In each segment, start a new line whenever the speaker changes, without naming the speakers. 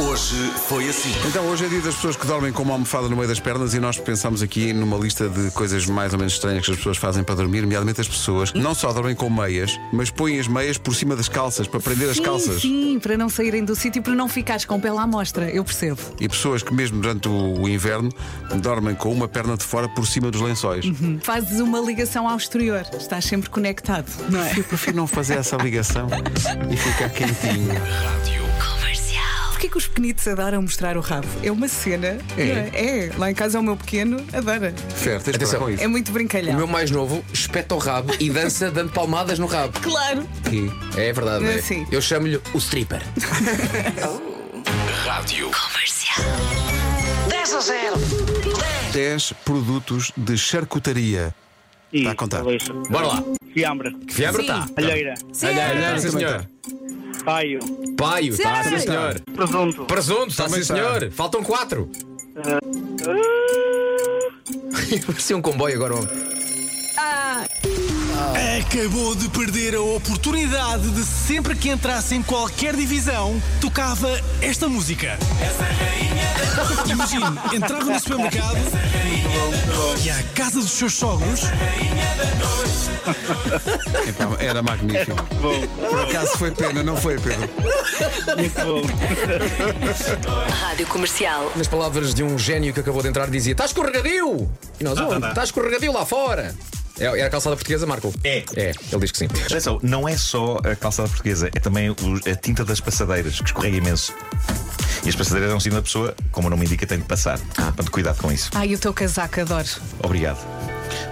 Hoje foi assim.
Então, hoje é dia das pessoas que dormem com uma almofada no meio das pernas e nós pensámos aqui numa lista de coisas mais ou menos estranhas que as pessoas fazem para dormir, nomeadamente as pessoas que não só dormem com meias, mas põem as meias por cima das calças para prender as
sim,
calças.
Sim, para não saírem do sítio e para não ficares com pele à mostra. Eu percebo.
E pessoas que, mesmo durante o inverno, dormem com uma perna de fora por cima dos lençóis.
Hum. Fazes uma ligação ao exterior. Estás sempre conectado, não é?
Eu prefiro não fazer essa ligação e ficar quentinho.
Porquê que os pequenitos adoram mostrar o rabo? É uma cena.
É.
não É, É. lá em casa é o meu pequeno, adora.
Certo, tens de parar
Atenção.
com isso.
É muito
O
brincalhão.
meu mais novo espeta o rabo e dança dando palmadas no rabo.
Claro.
É verdade.
É
é.
assim.
Eu chamo-lhe o stripper.
Rádio.
10 a 0.
10 produtos de charcutaria. Está a contar.
talvez.
Bora lá.
Fiambre,
Que tá. fiambre está.
alheira,
Alheira, sim, senhor.
paio,
Paio, está, sim,
Sim.
senhor.
presunto,
Presunto, está, sim,
Também
tá.
está.
senhor. Faltam quatro. Ah. Parecia um comboio agora, homem.
Acabou de perder a oportunidade de sempre que entrasse em qualquer divisão, tocava esta música. Imagine, entrava no supermercado e à casa dos seus sogros
Epá, Então, Era magnífico. Por acaso foi pena, não foi, Pedro?
muito bom.
Rádio Comercial.
Nas palavras de um gênio que acabou de entrar, dizia: Está escorregadio! E nós, oh, está escorregadio lá fora. É, é a calçada portuguesa, Marco?
É.
É, ele diz que sim.
Atenção, não é só a calçada portuguesa, é também o- a tinta das passadeiras, que escorrega imenso. E as passadeiras é um sino da pessoa, como o nome indica, tem de passar.
Ah.
Portanto, cuidado com isso.
Ai, o teu casaco adoro.
Obrigado.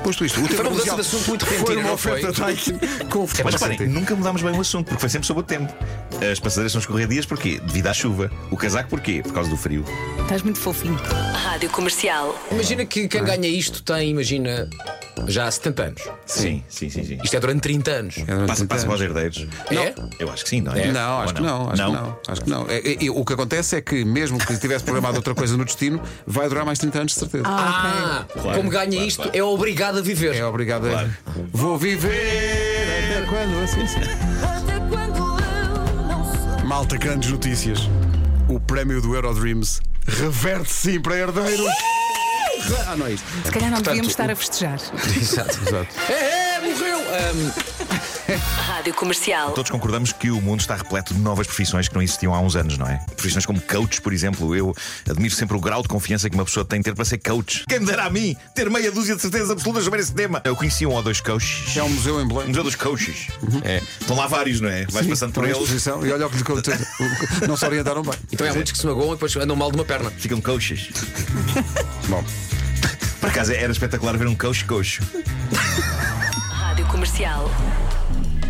Posto isto, o
Foi
tema
uma mudança
comercial
de assunto muito
foi
repentina,
uma
não foi?
oferta Daikin com
Mas reparem, nunca mudámos bem o assunto, porque foi sempre sobre o tempo. As passadeiras são escorregadias porquê? Devido à chuva. O casaco porquê? Por causa do frio.
Estás muito fofinho.
Rádio Comercial.
Imagina que quem ganha isto tem, imagina, já 70 anos.
Sim, sim, sim, sim.
Isto é durante 30 anos.
Passa, passa para os herdeiros.
É?
Eu acho que sim, não é?
Não,
Ou
acho que não, acho que não. Acho que não. É, é, é, o que acontece é que, mesmo que tivesse programado outra coisa no destino, vai durar mais 30 anos, de certeza.
Ah, como ganha
claro,
isto,
claro.
é obrigado a viver.
É obrigado a.
Claro.
Vou viver até quando? Assim, sim. Malta, grandes notícias. O prémio do Eurodreams reverte sim para herdeiros. Ah, não é isto.
Se calhar não
Portanto,
devíamos estar
o-
a festejar.
Exato, exato. É, é, morreu! Ahm,
Rádio Comercial.
Todos concordamos que o mundo está repleto de novas profissões que não existiam há uns anos, não é? Profissões como coach, por exemplo. Eu admiro sempre o grau de confiança que uma pessoa tem de ter para ser coach. Quem me dera a mim ter meia dúzia de certezas absolutas sobre esse tema? Eu conheci um ou dois coaches.
É um museu em
O
Belém.
Museu dos coaches. É. Estão lá vários, não é? Vais passando por
Estão em
eles.
exposição E olha o que lhe aconteceu. Não se orientaram bem.
então há muitos que se magoam e depois andam mal de uma perna.
Ficam coaches.
Bom,
Por acaso era espetacular ver um coach coxo.
Rádio Comercial.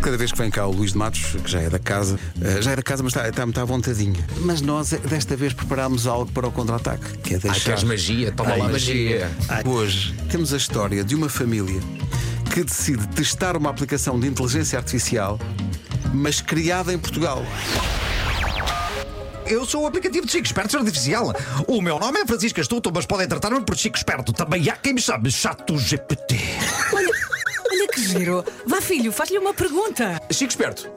Cada vez que vem cá o Luís de Matos, que já é da casa, eh, já é da casa, mas está, está muito à vontadinha. Mas nós, eh, desta vez, preparámos algo para o contra-ataque, que é
Ai,
deixar.
queres magia? Toma
Ai,
lá magia.
Ai. Hoje temos a história de uma família que decide testar uma aplicação de inteligência artificial, mas criada em Portugal.
Eu sou o aplicativo de Chico Esperto Artificial. O meu nome é Francisco Astuto, mas podem tratar-me por Chico Esperto. Também há quem me chame Chato GPT.
Olha que giro. Vá, filho, faz-lhe uma pergunta.
Chico Esperto,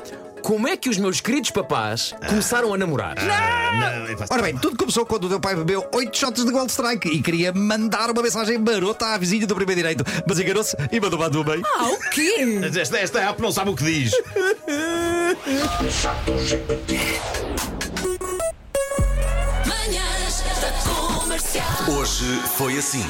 como é que os meus queridos papás começaram a namorar?
é
Ora bem, tudo começou quando o teu pai bebeu 8 shots de Gold Strike e queria mandar uma mensagem marota à vizinha do primeiro direito. Mas enganou-se e mandou uma do bem.
Ah, o quê?
Mas Esta, esta é app não sabe o que diz.
Hoje foi assim.